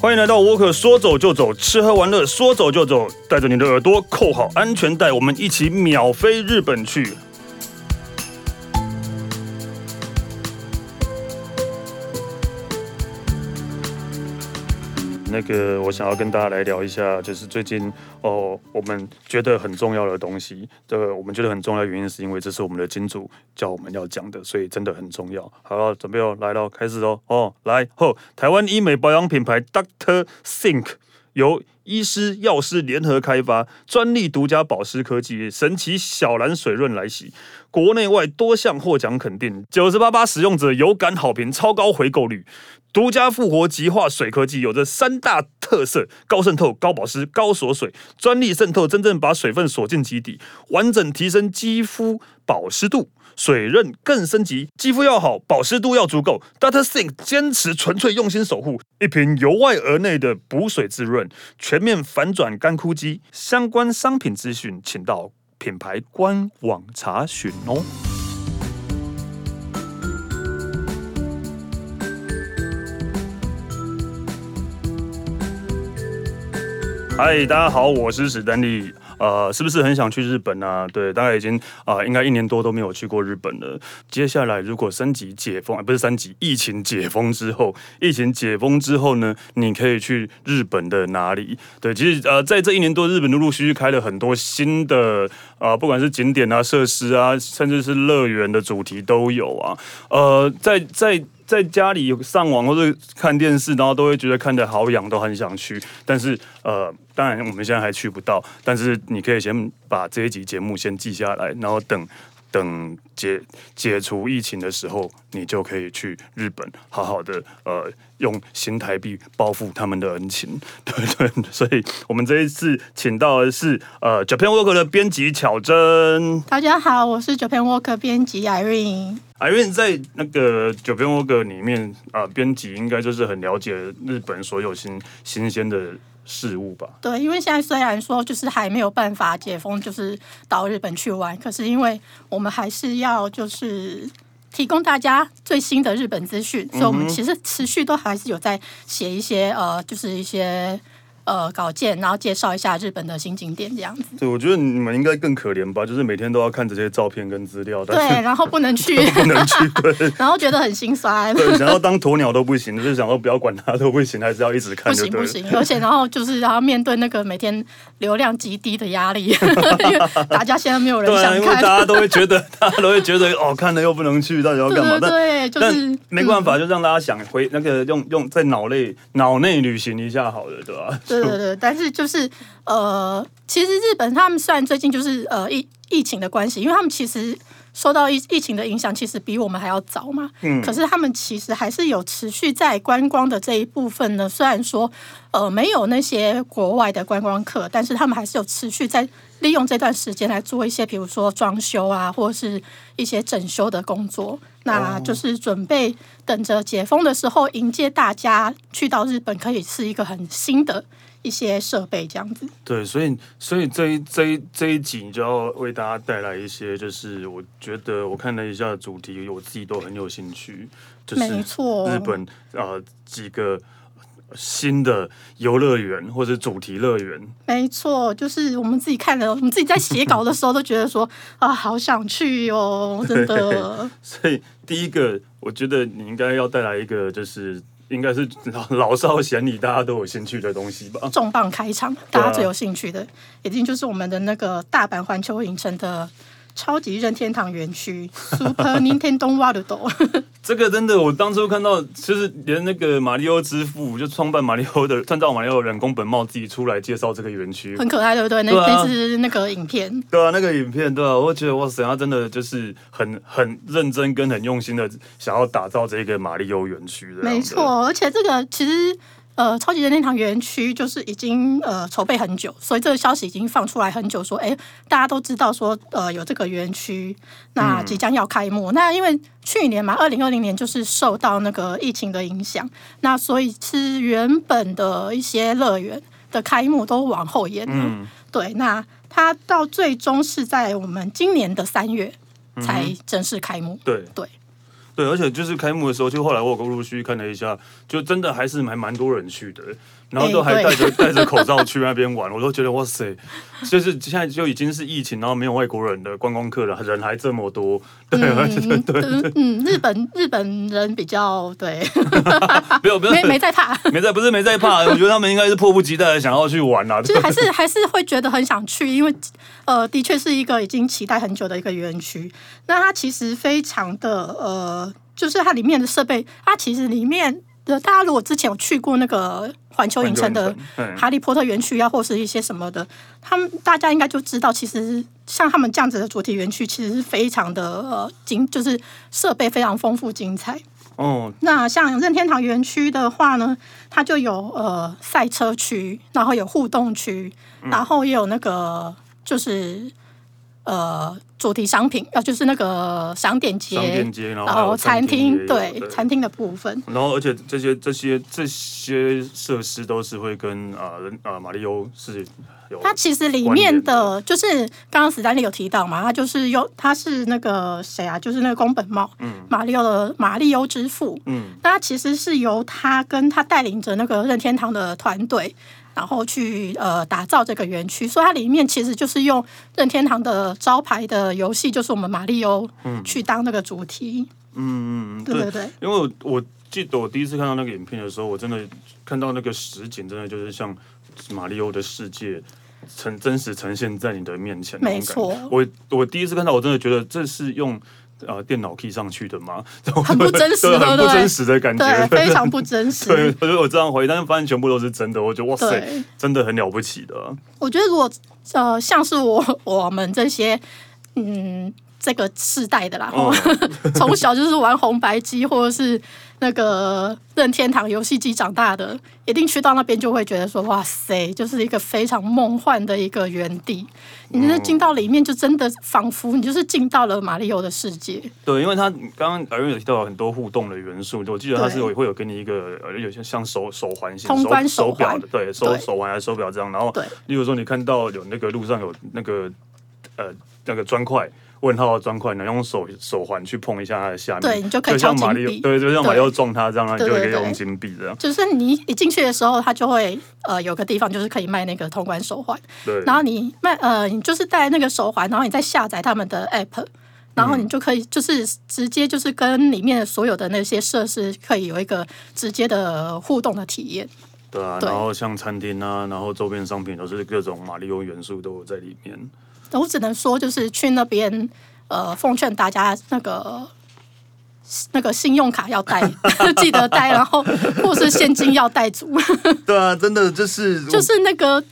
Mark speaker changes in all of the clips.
Speaker 1: 欢迎来到沃克，说走就走，吃喝玩乐说走就走，带着你的耳朵扣好安全带，我们一起秒飞日本去。那个，我想要跟大家来聊一下，就是最近哦，我们觉得很重要的东西。这个我们觉得很重要的原因，是因为这是我们的金主叫我们要讲的，所以真的很重要。好了，准备哦，来了，开始哦，哦，来后，台湾医美保养品牌 Doctor Think 由医师、药师联合开发，专利独家保湿科技，神奇小蓝水润来袭，国内外多项获奖肯定，九十八八使用者有感好评，超高回购率。独家复活极化水科技有着三大特色：高渗透、高保湿、高锁水。专利渗透真正把水分锁进基底，完整提升肌肤保湿度，水润更升级。肌肤要好，保湿度要足够。Data Think 坚持纯粹用心守护，一瓶由外而内的补水滋润，全面反转干枯肌。相关商品资讯，请到品牌官网查询哦。嗨，大家好，我是史丹利。呃，是不是很想去日本啊？对，大概已经啊、呃应该一年多都没有去过日本了。接下来如果三级解封，呃、不是三级，疫情解封之后，疫情解封之后呢，你可以去日本的哪里？对，其实呃，在这一年多，日本陆陆续续开了很多新的啊、呃不管是景点啊、设施啊，甚至是乐园的主题都有啊。呃，在在。在家里上网或者看电视，然后都会觉得看得好痒，都很想去。但是呃，当然我们现在还去不到，但是你可以先把这一集节目先记下来，然后等等解解除疫情的时候，你就可以去日本好好的呃用新台币报复他们的恩情。 对对，所以我们这一次请到的是呃 Japan Work 的编辑巧珍。
Speaker 2: 大家好，我是 Japan Walker 编辑 Irene。
Speaker 1: Irene 在那个九边 Work 里面啊，编辑应该就是很了解日本所有新新鲜的事物吧？
Speaker 2: 对，因为现在虽然说就是还没有办法解封，就是到日本去玩，可是因为我们还是要就是提供大家最新的日本资讯，
Speaker 1: 嗯
Speaker 2: 所以我们其实持续都还是有在写一些呃，就是一些呃稿件，然后介绍一下日本的新景点这 样子。
Speaker 1: 对，我觉得你们应该更可怜吧，就是每天都要看这些照片跟资料，但
Speaker 2: 对，
Speaker 1: 是
Speaker 2: 然后不 能去，
Speaker 1: 不能去对。
Speaker 2: 然后觉得很心 酸。
Speaker 1: 对，想要当鸵鸟都不行，就是想要不要管它都不行，还是要一直看
Speaker 2: 不
Speaker 1: 就
Speaker 2: 行
Speaker 1: 对
Speaker 2: 不
Speaker 1: 了。
Speaker 2: 行，而且然后就是然后面对那个每天流量极低的压力， 因为大家现在没有人
Speaker 1: 对啊，
Speaker 2: 想
Speaker 1: 因为
Speaker 2: 看，
Speaker 1: 大家都会觉得， 大家都会觉得哦，看了又不能去，到底要
Speaker 2: 对
Speaker 1: 干嘛？
Speaker 2: 对
Speaker 1: 但
Speaker 2: 对，就是嗯
Speaker 1: 但没办法，就让大家想回那个用用在脑内脑内旅行一下好了，对吧？
Speaker 2: 对对对，但是就是呃，其实日本他们虽然最近就是呃疫疫情的关系，因为他们其实受到疫疫情的影响，其实比我们还要早嘛。
Speaker 1: 嗯
Speaker 2: 可是他们其实还是有持续在观光的这一部分呢，虽然说呃没有那些国外的观光客，但是他们还是有持续在利用这段时间来做一些，比如说装修啊，或者是一些整修的工作。
Speaker 1: 哦
Speaker 2: 那啊就是准备等着解封的时候，迎接大家去到日本，可以是一个很新的一些设备这样子。
Speaker 1: 对，所以所以这一这一这一集就要为大家带来一些，就是我觉得我看了一下主题，我自己都很有兴趣，就是
Speaker 2: 没错
Speaker 1: 日本呃几个新的游乐园或者主题乐园，
Speaker 2: 没错，就是我们自己看了，我们自己在写稿的时候都觉得说 啊，好想去哦，真 的。
Speaker 1: 所以第一个我觉得你应该要带来一个就是。应该是老老少咸宜，大家都有兴趣的东西吧？
Speaker 2: 重磅开场，
Speaker 1: 对啊
Speaker 2: 大家最有兴趣的，一定就是我们的那个大阪环球影城的超级任天堂园区 Super Nintendo
Speaker 1: 啊
Speaker 2: World。
Speaker 1: 这个真的，我当初看到，就是连那个马里奥之父，就创办马里奥的创造马里奥的人工本茂自己出来介绍这个园区，
Speaker 2: 很可爱，对不对？那、
Speaker 1: 对啊
Speaker 2: 那是那个影片，
Speaker 1: 对啊，那个影片，对啊，我觉得哇塞，他真的就是很很认真跟很用心的想要打造这个马里欧园区的。
Speaker 2: 没，错。而且这个其实呃，超级任天堂园区就是已经呃筹备很久，所以这个消息已经放出来很久说，哎，大家都知道说呃有这个园区，
Speaker 1: 嗯
Speaker 2: 那即将要开幕。那因为去年嘛，二零二零年就是受到那个疫情的影响，那所以是原本的一些乐园的开幕都往后延了。
Speaker 1: 嗯，
Speaker 2: 对，那它到
Speaker 1: 嗯
Speaker 2: 最终是在我们今年的三月才正式开幕。
Speaker 1: 对
Speaker 2: 对。
Speaker 1: 对，而且就是开幕的时候，就后来我有陆续看了一下，就真的还是还蛮多人去的，然后都还
Speaker 2: 哎
Speaker 1: 戴
Speaker 2: 对
Speaker 1: 着 戴着口罩去那边玩，我都觉得哇塞，就是现在就已经是疫情，然后没有外国人的观光客了，人还这么多，对，而且
Speaker 2: 嗯嗯 嗯，日本日本人比较对，
Speaker 1: 没有没有
Speaker 2: 啊没没在怕，
Speaker 1: 没在不是没在怕，我觉得他们应该是迫不及待的想要去玩啊啦、
Speaker 2: 就是还是还是会觉得很想去，因为呃，的确是一个已经期待很久的一个园区。那它其实非常的呃，就是它里面的设备，它其实里面的大家如果之前有去过那个环球影城的
Speaker 1: 嗯
Speaker 2: 哈利波特园区啊，或是一些什么的，他们大家应该就知道，其实像他们这样子的主题园区，其实是非常的呃精，就是设备非常丰富精彩。
Speaker 1: 哦，
Speaker 2: 那像任天堂园区的话呢，它就有呃赛车区，然后有互动区，
Speaker 1: 嗯
Speaker 2: 然后也有那个就是呃主题商品，呃就是那个商店街，
Speaker 1: 商店街，然后
Speaker 2: 然
Speaker 1: 还有
Speaker 2: 后哦餐
Speaker 1: 厅也有，
Speaker 2: 对餐厅的部分，
Speaker 1: 然后，而且这些这些这些设施都是会跟啊人啊马里欧是有
Speaker 2: 它其实里面的就是刚刚史丹利有提到嘛，它就是有它是那个谁啊，就是那个宫本茂，嗯，马里奥的马里欧之父，
Speaker 1: 嗯，
Speaker 2: 那它其实是由他跟他带领着那个任天堂的团队。然后去呃打造这个园区，所以它里面其实就是用任天堂的招牌的游戏，就是我们马里欧去当那个主题，
Speaker 1: 嗯嗯嗯
Speaker 2: 对对对，
Speaker 1: 因为我我记得我第一次看到那个影片的时候，我真的看到那个实景，真的就是像马里奥的世界呈真实呈现在你的面前。
Speaker 2: 没
Speaker 1: 那种感觉
Speaker 2: 错
Speaker 1: 我我第一次看到，我真的觉得这是用呃电脑 key 上去的吗？
Speaker 2: 很不真实
Speaker 1: 对
Speaker 2: 对
Speaker 1: 很
Speaker 2: 不
Speaker 1: 不
Speaker 2: 对
Speaker 1: 真实的感觉
Speaker 2: 对，，非常不真
Speaker 1: 对，
Speaker 2: 实。
Speaker 1: 所以我这样回，但是发现全部都是真的，我觉得哇塞
Speaker 2: 对，
Speaker 1: 真的很了不起的啊。
Speaker 2: 我觉得如果呃像是我我们这些嗯这个世代的啦，
Speaker 1: 哦，
Speaker 2: 从小就是玩红白机或者是那个任天堂游戏机长大的，一定去到那边就会觉得说，哇塞，就是一个非常梦幻的一个园地。你那进到里面，就真的仿佛你就是进到了马里奥的世界。
Speaker 1: 对，因为它刚刚尔有提到很多互动的元素，我记得它是
Speaker 2: 对
Speaker 1: 有会有给你一个呃有些像手手环型
Speaker 2: 通关
Speaker 1: 手
Speaker 2: 手
Speaker 1: 表
Speaker 2: 环
Speaker 1: 的，对手
Speaker 2: 对
Speaker 1: 手环还是手表这样。然后
Speaker 2: 对，
Speaker 1: 例如说你看到有那个路上有那个呃那个砖块。问号的砖块，然后用手手环去碰一下它的下面，
Speaker 2: 对你就可以
Speaker 1: 像
Speaker 2: 敲
Speaker 1: 马
Speaker 2: 金
Speaker 1: 里奥，
Speaker 2: 币
Speaker 1: 对，就像马里
Speaker 2: 对
Speaker 1: 奥撞它这样，然后你就
Speaker 2: 对
Speaker 1: 可
Speaker 2: 对
Speaker 1: 以用
Speaker 2: 对
Speaker 1: 金币这样，
Speaker 2: 就是你一进去的时候，它就会呃有个地方就是可以卖那个通关手环，
Speaker 1: 对。
Speaker 2: 然后你卖呃你就是戴那个手环，然后你再下载他们的 app。
Speaker 1: 嗯
Speaker 2: 然后你就可以就是直接就是跟里面的所有的那些设施可以有一个直接的互动的体验。
Speaker 1: 对啊，
Speaker 2: 对
Speaker 1: 然后像餐厅啊，然后周边商品都是各种马里奥元素都有在里面。
Speaker 2: 我只能说，就是去那边，呃，奉劝大家那个那个信用 卡要带，记得带，然后或是现金要带 足，
Speaker 1: 对啊，真的就是
Speaker 2: 就是那个。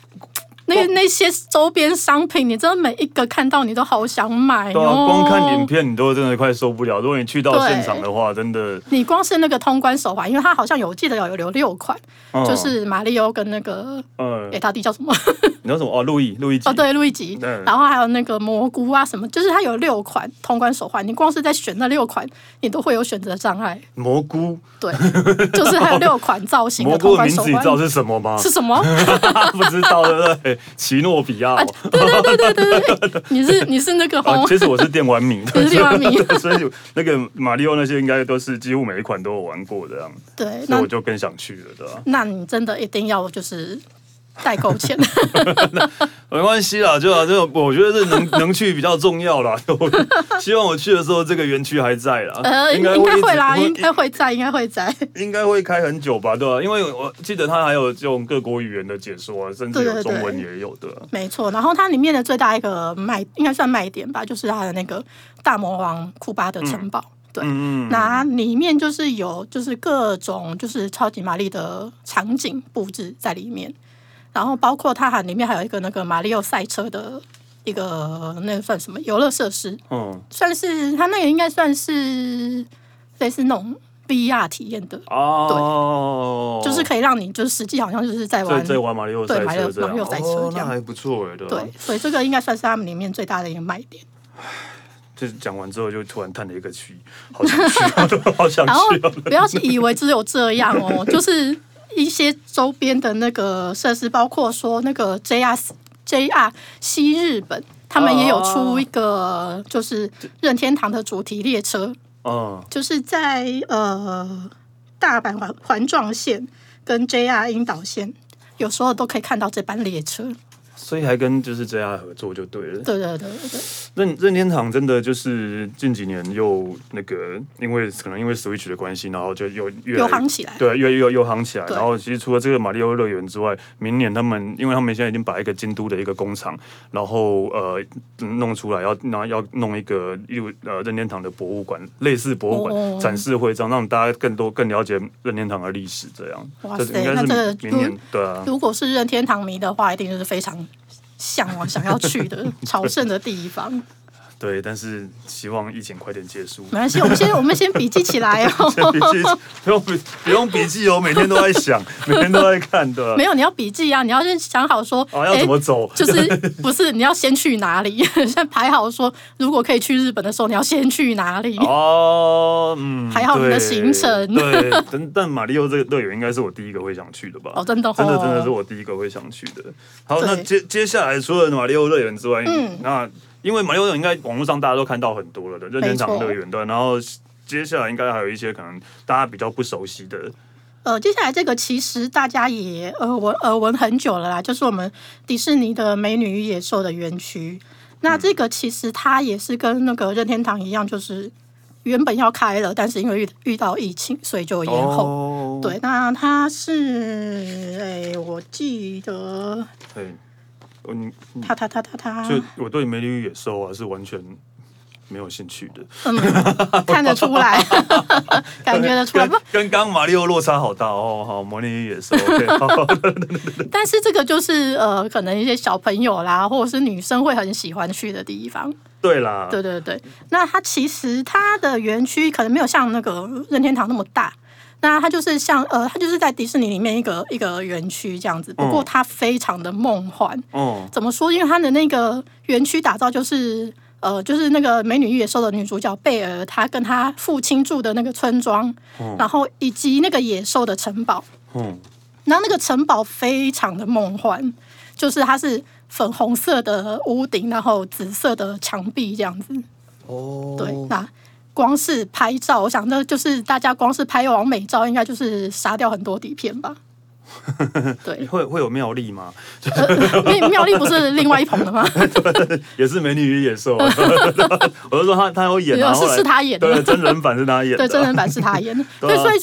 Speaker 2: 那个那些周边商品，你真的每一个看到你都好想买
Speaker 1: 对啊，
Speaker 2: 哦。
Speaker 1: 光看影，片你都真的快受不了。如果你去到
Speaker 2: 对
Speaker 1: 现场的话，真的、
Speaker 2: 你光是那个通关手环，因为它好像有我记得有有六款，
Speaker 1: 嗯
Speaker 2: 就是马里奥跟那个
Speaker 1: 嗯，
Speaker 2: 诶，他弟叫 什么？
Speaker 1: 你知道什么哦？路易路易吉
Speaker 2: 哎哦，对，路易吉
Speaker 1: 嗯，
Speaker 2: 然后还有那个蘑菇啊什么，就是它有六款通关手环，你光是在选那六款，你都会有选择障碍。
Speaker 1: 蘑菇
Speaker 2: 对，就是还有六款造型
Speaker 1: 蘑
Speaker 2: 的通
Speaker 1: 菇的
Speaker 2: 关
Speaker 1: 名
Speaker 2: 手
Speaker 1: 字你知道
Speaker 2: 环。
Speaker 1: 是什么吗？
Speaker 2: 是什么？
Speaker 1: 不知道对不对？奇诺比亚、哦。
Speaker 2: 对对对对对对对，你是你是那个
Speaker 1: 啊，
Speaker 2: 红，
Speaker 1: 其实我是电玩迷，
Speaker 2: 你是另 外名。
Speaker 1: 所以那个马里奥那些应该都是几乎每一款都有玩过的这样，
Speaker 2: 对，
Speaker 1: 所以
Speaker 2: 那
Speaker 1: 我就更想去了，对吧、
Speaker 2: 那你真的一定要就是代购 钱，
Speaker 1: 没关系啦，就啊，这种我觉得这能 能去比较重要啦。 我希望我去的时候，这个园区还在啦，
Speaker 2: 呃，应该
Speaker 1: 一直
Speaker 2: 会啦，
Speaker 1: 会
Speaker 2: 应该会在，应该会在。
Speaker 1: 应该会开很久吧，对吧、因为我记得他还有这种各国语言的解说、啊，甚至有
Speaker 2: 对对
Speaker 1: 中
Speaker 2: 对
Speaker 1: 文也有的、对啊
Speaker 2: 没错，然后它里面的最大一个卖，应该算卖点吧，就是它的那个大魔王库巴的城堡。对，
Speaker 1: 嗯
Speaker 2: 那里面就是有就是各种就是超级玛丽的场景布置在里面，然后包括它还里面还有一个那个马里奥赛车的一个那个算什么游乐设施，
Speaker 1: 嗯
Speaker 2: 算是它那个应该算是类似那种 VR 体验的，
Speaker 1: 嗯哦，
Speaker 2: 就是可以让你就是实际好像就是在
Speaker 1: 在
Speaker 2: 玩
Speaker 1: 在玩马里奥赛
Speaker 2: 对马里
Speaker 1: 车
Speaker 2: 奥
Speaker 1: 这样，
Speaker 2: 马里奥赛车
Speaker 1: 哦，
Speaker 2: 这
Speaker 1: 那
Speaker 2: 样
Speaker 1: 还不错哎，对吧、
Speaker 2: 对，所以这个应该算是他们里面最大的一个卖点。
Speaker 1: 就是讲完之后就突然叹了一个气，好想去哦，好想
Speaker 2: 然后
Speaker 1: 去哦。
Speaker 2: 不要以为只有这样哦，就是一些周边的那个设施，包括说那个 JR JR 西日本，他们也有出一个就是任天堂的主题列车，
Speaker 1: 嗯，
Speaker 2: 就是在呃大阪环环状线跟 JR 樱岛线，有时候都可以看到这班列车。
Speaker 1: 所以还跟就是 JR 合作就对了。
Speaker 2: 对对对对对，
Speaker 1: 任任天堂真的就是近几年又那个，因为可能因为 Switch 的关系，然后就又越
Speaker 2: 有
Speaker 1: 来
Speaker 2: 夯起来。
Speaker 1: 对，又又又夯起来。
Speaker 2: 对
Speaker 1: 然后其实除了这个马里奥乐园之外，明年他们因为他们现在已经把一个京都的一个工厂，然后呃弄出来，要然后要弄一个又呃任天堂的博物馆，类似博物馆、
Speaker 2: 哦
Speaker 1: 展示会这样，让大家更多更了解任天堂的历史。这样，
Speaker 2: 哇
Speaker 1: 这
Speaker 2: 塞
Speaker 1: 应该
Speaker 2: 那
Speaker 1: 是
Speaker 2: 这个
Speaker 1: 明年对啊。
Speaker 2: 如果是任天堂迷的话，一定就是非常向往、想要去的 朝圣的地方。没
Speaker 1: 对，但是希望疫情快点结束。
Speaker 2: 关系，我 们先我们先笔记起来哦。
Speaker 1: 笔记不用笔不用笔记哦，每天都在想，每天都在看的。
Speaker 2: 没有，你要笔记啊！你要先想好说，
Speaker 1: 啊，要
Speaker 2: 诶
Speaker 1: 怎么走？
Speaker 2: 就是不是你要先去哪 里？先排好说，如果可以去日本的时候，你要先去哪里？
Speaker 1: 哦，嗯，
Speaker 2: 排好你
Speaker 1: 对
Speaker 2: 的行程
Speaker 1: 对，但但马里奥这个乐园应该是我第一个会想去的吧？
Speaker 2: 哦真的哦
Speaker 1: 真的真的是我第一个会想去的。好，
Speaker 2: 对
Speaker 1: 那接接下来除了马里奥乐园之外，
Speaker 2: 嗯
Speaker 1: 那因为马里奥乐园应该网络上大家都看到很多了的任天堂
Speaker 2: 没错
Speaker 1: 乐园对，然后接下来应该还有一些可能大家比较不熟悉的，
Speaker 2: 呃，接下来这个其实大家也呃闻耳闻很久了啦，就是我们迪士尼的《美女与野兽》的园区。那
Speaker 1: 嗯
Speaker 2: 这个其实它也是跟那个任天堂一样，就是原本要开了，但是因为遇遇到疫情，所以就延后。
Speaker 1: 哦，
Speaker 2: 对，那它是哎、我记得
Speaker 1: 对，哦你
Speaker 2: 它它它它它，
Speaker 1: 就我对美女与野兽啊是完全没有兴趣的，
Speaker 2: 嗯， 看得出 来， 感觉得出来。不
Speaker 1: 跟跟刚马里奥落差好大哦。好，魔力与野兽，OK，好，
Speaker 2: 但是这个就是呃，可能一些小朋友啦，或者是女生会很喜欢去的地方。
Speaker 1: 对啦，
Speaker 2: 对对对，那它其实它的园区可能没有像那个任天堂那么大，那它就是像呃，它就是在迪士尼里面一个一个园区这样子。不过
Speaker 1: 嗯
Speaker 2: 它非常的梦幻，
Speaker 1: 哦，
Speaker 2: 怎么说？因为它的那个园区打造就是。呃，就是那个《美女与野兽》的女主角贝尔，她跟她父亲住的那个村庄，
Speaker 1: 嗯
Speaker 2: 然后以及那个野兽的城堡，
Speaker 1: 嗯，
Speaker 2: 然后那个城堡非常的梦幻，就是它是粉红色的屋顶，然后紫色的墙壁这样子。
Speaker 1: 哦，
Speaker 2: 对，那光是拍照，我想那就是大家光是拍完美照，应该就是杀掉很多底 片吧。对，
Speaker 1: 会会有妙丽吗？
Speaker 2: 因为妙丽不是另外一棚的吗？
Speaker 1: 也是美女与野兽啊， 我就说他他有演啊，
Speaker 2: 是
Speaker 1: 后来
Speaker 2: 是他演的
Speaker 1: 对，真人版是他演的，啊
Speaker 2: 对，真人版是他演的。
Speaker 1: 对
Speaker 2: 对，
Speaker 1: 啊
Speaker 2: 所以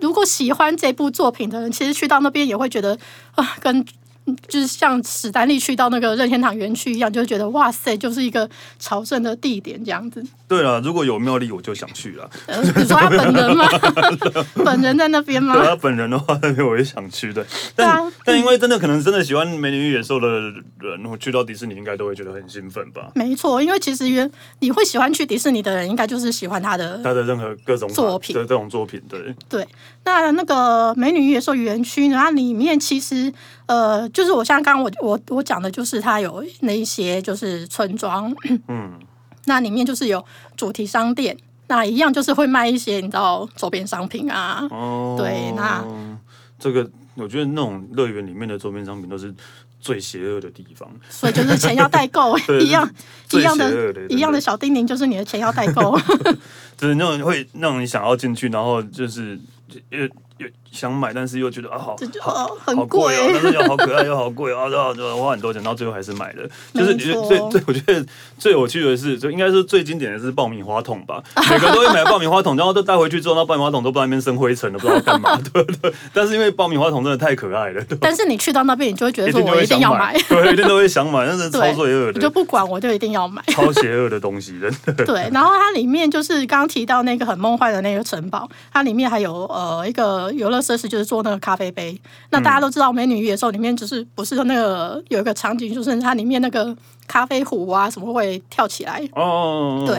Speaker 2: 如果喜欢这部作品的人，其实去到那边也会觉得啊，跟就是像史丹利去到那个任天堂园区一样，就会觉得哇塞，就是一个朝圣的地点这样子。
Speaker 1: 对了，如果有妙丽我就想去了，
Speaker 2: 呃，你说他本人吗？本人在那边吗
Speaker 1: 对？啊他本人的话， 那边我也想去的，但、
Speaker 2: 啊对啊
Speaker 1: 但因为真的可能真的喜欢美女与野兽的人，去到迪士尼应该都会觉得很兴奋吧。
Speaker 2: 没错，因为其实原你会喜欢去迪士尼的人，应该就是喜欢他的
Speaker 1: 他的任何各种
Speaker 2: 作品
Speaker 1: 的这种作品，对，
Speaker 2: 对，那那个美女与野兽园区呢，它里面其实呃，就是我像刚刚我我我讲的，就是它有那一些就是村庄，
Speaker 1: 嗯，
Speaker 2: 那里面就是有主题商店，那一样就是会卖一些你知道周边商品啊，
Speaker 1: 哦，
Speaker 2: 对那
Speaker 1: 这个我觉得那种乐园里面的周边商品都是最邪恶的地方，
Speaker 2: 所以就是钱要代 购
Speaker 1: 对
Speaker 2: 一样
Speaker 1: 最
Speaker 2: 一样
Speaker 1: 邪恶
Speaker 2: 的
Speaker 1: 的真的
Speaker 2: 一样的小叮咛，就是你的钱要代购，
Speaker 1: 就是那种会让你想要进去，然后就是又又想买，但是又觉得啊好
Speaker 2: 这就
Speaker 1: 好。
Speaker 2: 哦很
Speaker 1: 好
Speaker 2: 贵
Speaker 1: 贵哦，但是又好可爱又好贵哦，然后就花很多钱，到最后还是买了。就是
Speaker 2: 没
Speaker 1: 你
Speaker 2: 错
Speaker 1: 最最，我觉得最有趣的是，就应该是最经典的是爆米花桶 吧，每个人都会买爆米花桶，然后都带回去之后，那爆米花桶都不知道那边生灰尘了，不知道干嘛，对不 对？但是因为爆米花桶真的太可爱了，
Speaker 2: 但是你去到那边，你就会觉得说
Speaker 1: 就
Speaker 2: 我
Speaker 1: 会
Speaker 2: 一定
Speaker 1: 想
Speaker 2: 要买，
Speaker 1: 对，一定都会想买，那是超
Speaker 2: 对
Speaker 1: 罪恶
Speaker 2: 我就
Speaker 1: 的，
Speaker 2: 不管，我就一定要买。
Speaker 1: 超邪恶的东西，真 的。
Speaker 2: 对，然后它里面就是刚刚提到那个很梦幻的那个城堡，它里面还有呃一个游乐设施，就是做那个咖啡杯。那大家都知道《美女与野兽》里面就是不是那个有一个场景，就是它里面那个咖啡壶啊什么会跳起来。
Speaker 1: 哦，
Speaker 2: 对，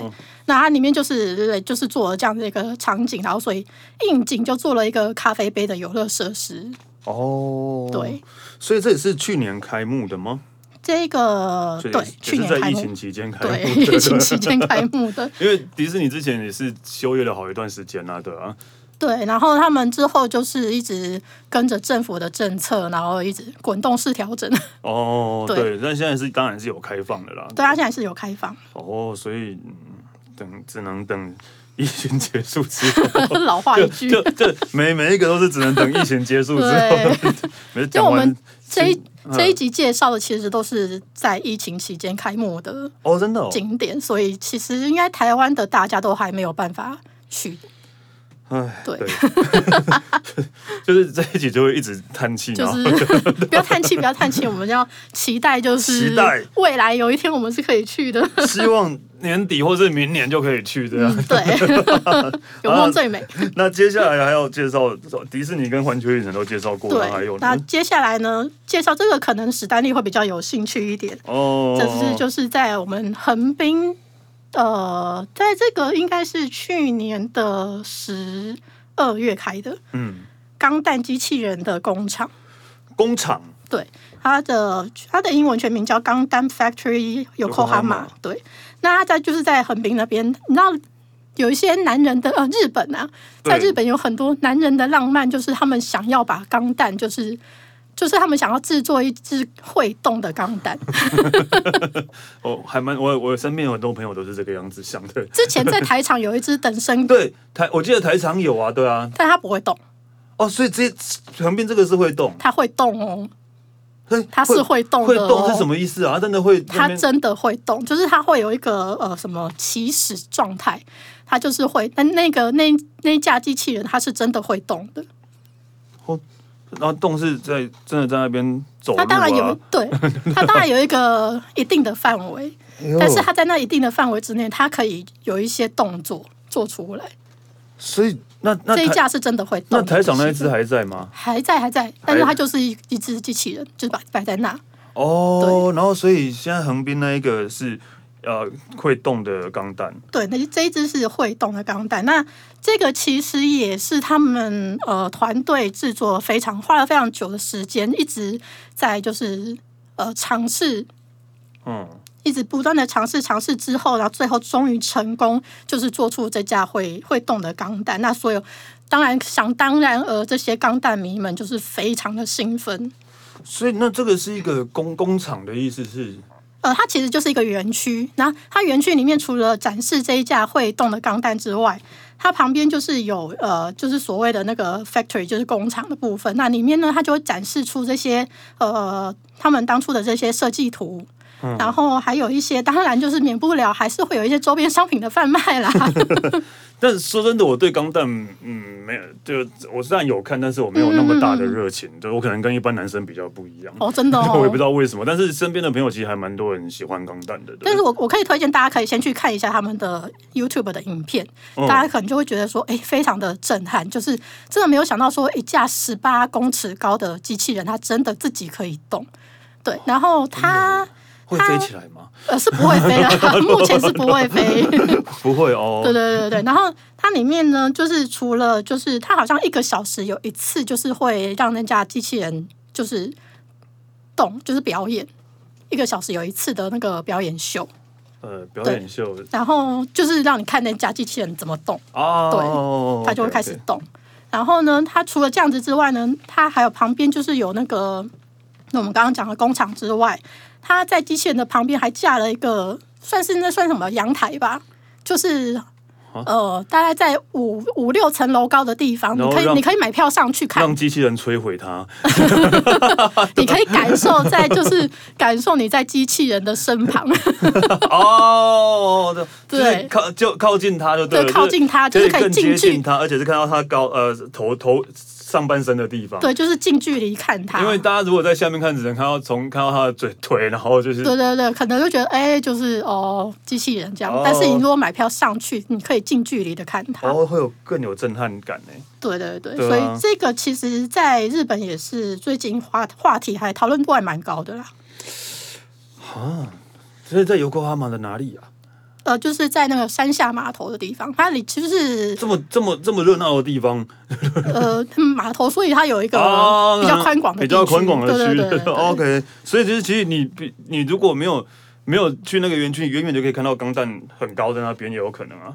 Speaker 2: 那它里面就是就是做了这样的一个场景，然后所以应景就做了一个咖啡杯的游乐设施。
Speaker 1: 哦，
Speaker 2: 对，
Speaker 1: 所以这也是去年开幕的吗？
Speaker 2: 这个
Speaker 1: 所以
Speaker 2: 对
Speaker 1: 也，
Speaker 2: 去
Speaker 1: 是
Speaker 2: 年
Speaker 1: 在
Speaker 2: 开
Speaker 1: 疫
Speaker 2: 幕
Speaker 1: 情，期间开幕 的，
Speaker 2: 对，疫情期间开幕的。
Speaker 1: 因为迪士尼之前也是休业了好一段时间啦、对啊，
Speaker 2: 对，然后他们之后就是一直跟着政府的政策，然后一直滚动式调整。
Speaker 1: 哦，
Speaker 2: 对
Speaker 1: 对，但现在是当然
Speaker 2: 啊
Speaker 1: 是有开放的啦，
Speaker 2: 对，它现在是有开放。
Speaker 1: 哦，所以、嗯、等只能等疫情结束之 后，
Speaker 2: 老话一句，
Speaker 1: 哦就就每每一个都是只能等疫情结束之后
Speaker 2: 对，
Speaker 1: 没
Speaker 2: 就
Speaker 1: 讲
Speaker 2: 我
Speaker 1: 完
Speaker 2: 们这一
Speaker 1: 嗯
Speaker 2: 这一集介绍的其实都是在疫情期间开幕的
Speaker 1: 哦，真的哦，
Speaker 2: 景点，所以其实应该台湾的大家都还没有办法去，
Speaker 1: 哎，
Speaker 2: 对，
Speaker 1: 就是在一起就会一直叹气，
Speaker 2: 就
Speaker 1: 然后
Speaker 2: 是不要叹气，不要叹气，我们要期待，就是
Speaker 1: 期待
Speaker 2: 未来有一天我们是可以去的，
Speaker 1: 希望年底或是明年就可以去
Speaker 2: 嗯
Speaker 1: 这样。
Speaker 2: 对， 有梦最美。
Speaker 1: 那接下来还要介绍迪士尼跟环球影城都介绍过啊了，还有
Speaker 2: 对，那
Speaker 1: 呢？
Speaker 2: 接下来呢，介绍这个可能史丹利会比较有兴趣一点，
Speaker 1: 哦，
Speaker 2: 这是就是在我们横滨，呃，在这个应该是去年的十二月开的
Speaker 1: 嗯，
Speaker 2: 钢弹机器人的工厂。
Speaker 1: 工厂
Speaker 2: 对，它的它的英文全名叫钢弹 Factory
Speaker 1: Yokohama
Speaker 2: Yokohama。对，那它在就是在横滨那边，你知道有一些男人的呃日本啊，
Speaker 1: 对
Speaker 2: 在日本有很多男人的浪漫，就是他们想要把钢弹就是。就是他们想要制作一只会动的钢 弹。
Speaker 1: 哦，还蛮我我身边有很多朋友都是这个样子想的。
Speaker 2: 之前在台场有一只等身，
Speaker 1: 对台，我记得台场有啊，对啊，
Speaker 2: 但它不会动，
Speaker 1: 哦，所以这旁边这个是会动，
Speaker 2: 它会动哦，
Speaker 1: 嘿
Speaker 2: 它是会动
Speaker 1: 会
Speaker 2: 的、哦。
Speaker 1: 动是什么意思啊？它真的会那
Speaker 2: 它
Speaker 1: 边
Speaker 2: 真的会动，就是它会有一个呃什么起始状态，它就是会，但那个那那一架机器人它是真的会动的，
Speaker 1: 哦然后动是在真的在那边走路
Speaker 2: 它
Speaker 1: 啊，
Speaker 2: 当然有、对，它当然有一个一定的范 围，
Speaker 1: 哦
Speaker 2: 但
Speaker 1: 哎
Speaker 2: 是它在那一定的范围之内，它可以有一些动作做出来。
Speaker 1: 所以那那
Speaker 2: 这一
Speaker 1: 台
Speaker 2: 架是真的会动
Speaker 1: 那
Speaker 2: 的
Speaker 1: 台场那一
Speaker 2: 机器
Speaker 1: 只
Speaker 2: 人
Speaker 1: 还在吗？
Speaker 2: 还在还在，但是
Speaker 1: 还
Speaker 2: 它就是一一只机器人，就是摆摆在那。
Speaker 1: 哦，然后所以现在横滨那一个是呃会动的钢弹，
Speaker 2: 对，那这一只是会动的钢弹。那这个其实也是他们呃团队制作非常花了非常久的时间，一直在就是呃尝试，
Speaker 1: 嗯，
Speaker 2: 一直不断的尝试尝试之后，然后最后终于成功，就是做出这架会会动的钢弹。那所有当然想当然呃，这些钢弹迷们就是非常的兴奋。
Speaker 1: 所以那这个是一个工工厂的意思是
Speaker 2: 呃，它其实就是一个园区。那它园区里面除了展示这一架会动的钢弹之外，它旁边就是有呃，就是所谓的那个 factory，就是工厂的部分。那里面呢，它就会展示出这些呃，他们当初的这些设计图。
Speaker 1: 嗯
Speaker 2: 然后还有一些，当然就是免不了还是会有一些周边商品的贩卖 啦。
Speaker 1: 但说真的，我对钢弹，嗯，没有，就我虽然有看，但是我没有那么大的热情，就我可能跟一般男生比较不一样，
Speaker 2: 哦，真的
Speaker 1: 我也
Speaker 2: 哦
Speaker 1: 不知。道为什么。但是身边的朋友其实还蛮多人喜欢钢弹的，对
Speaker 2: 但是我我可以推荐大家可以先去看一下他们的 YouTube 的影片，大家可能就会觉得说，哎、非常的震撼，就是真的没有想到说，一架十八公尺高的机器人，它真的自己可以动。对，然后它
Speaker 1: 会飞起来吗？
Speaker 2: 呃是不会飞的， 目前是不会飞。
Speaker 1: 不会哦，
Speaker 2: 对对对对，然后它里面呢，就是除了就是它好像一个小时有一次，就是会让那架机器人就是动，就是表演。一个小时有一次的那个表演秀，
Speaker 1: 呃，表演秀
Speaker 2: 然后就是让你看那架机器人怎么动。
Speaker 1: 啊，
Speaker 2: 对
Speaker 1: 哦
Speaker 2: 它就会开始动。然后呢，它除了这样子之外呢，它还有旁边就是有那个，那我们刚刚讲的工厂之外，它在机器人的旁边还架了一个，算是那算什么阳台吧，就是。
Speaker 1: 啊
Speaker 2: 呃，大概在五五六层楼高的地方，
Speaker 1: 然
Speaker 2: 你
Speaker 1: 后
Speaker 2: 可以
Speaker 1: 让
Speaker 2: 你可以买票上去看
Speaker 1: 让，机器人摧毁它。
Speaker 2: 你可以感受在就是感受你在机器人的身旁，
Speaker 1: 哦，对，就是
Speaker 2: 对
Speaker 1: 靠就靠近它就对了，
Speaker 2: 对靠近它就是可以
Speaker 1: 更接
Speaker 2: 近距
Speaker 1: 近它，而且是看到它高呃头头上半身的地方。
Speaker 2: 对，就是近距离看它。
Speaker 1: 因为大家如果在下面看，只能看到从看到他的嘴腿，然后就是
Speaker 2: 对对对，可能就觉得哎、就是哦，机器人这样。
Speaker 1: 哦
Speaker 2: 但是你如果买票上去，你可以近距离的看它。
Speaker 1: 哦，会有更有震撼感欸呢。
Speaker 2: 对对对，
Speaker 1: 对
Speaker 2: 所
Speaker 1: 啊
Speaker 2: 以这个其实在日本也是最近话话题还讨论度还蛮高的啦。
Speaker 1: 所以在游客哈马的哪里啊？
Speaker 2: 呃，就是在那个山下码头的地方，它里其实是
Speaker 1: 这么这么这么热闹的地方
Speaker 2: 呃码头，所以它有一个
Speaker 1: 啊，
Speaker 2: 比较宽广的、
Speaker 1: 比较宽广的
Speaker 2: 对
Speaker 1: 区哦
Speaker 2: 对对 对对
Speaker 1: OK，所以就是其实你比你如果没有没有去那个园区，你远远就可以看到钢弹很高在那边也有可能啊。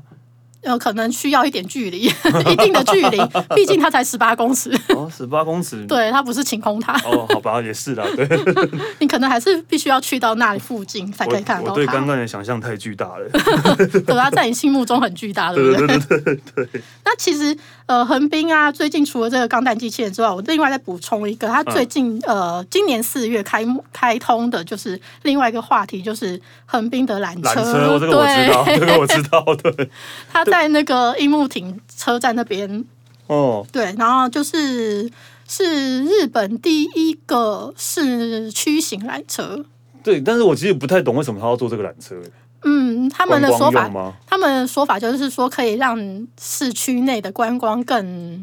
Speaker 2: 呃，可能需要一点距离， 一定的距 离，毕竟它才十八公尺，
Speaker 1: 哦，十八公尺，，
Speaker 2: 对，它不是晴空塔，
Speaker 1: 哦，好吧，也是啦， 对，
Speaker 2: 你可能还是必须要去到那里附近才可以看
Speaker 1: 我
Speaker 2: 得
Speaker 1: 我
Speaker 2: 到
Speaker 1: 对刚
Speaker 2: 它，
Speaker 1: 刚的想象太巨 大了，
Speaker 2: 对，它在你心目中很巨大，对不
Speaker 1: 对
Speaker 2: 对？
Speaker 1: 对对对对，
Speaker 2: 那其实呃，横滨啊，最近除了这个钢弹机器人之外，我另外再补充一个，它
Speaker 1: 嗯
Speaker 2: 最近、呃，今年四月开幕开通的，就是另外一个话题，就是横滨的缆
Speaker 1: 缆
Speaker 2: 车。
Speaker 1: 车，我这个我知道，
Speaker 2: 对，
Speaker 1: 这个我知道，对，
Speaker 2: 它在那个樱木町车站那边，
Speaker 1: 哦，
Speaker 2: 对，然后就是是日本第一个市区型缆车。
Speaker 1: 对，但是我其实不太懂为什么他要做这个缆车，
Speaker 2: 嗯，他们的
Speaker 1: 观
Speaker 2: 说
Speaker 1: 光
Speaker 2: 法
Speaker 1: 用，吗？
Speaker 2: 他们的说法就是说可以让市区内的观光更你知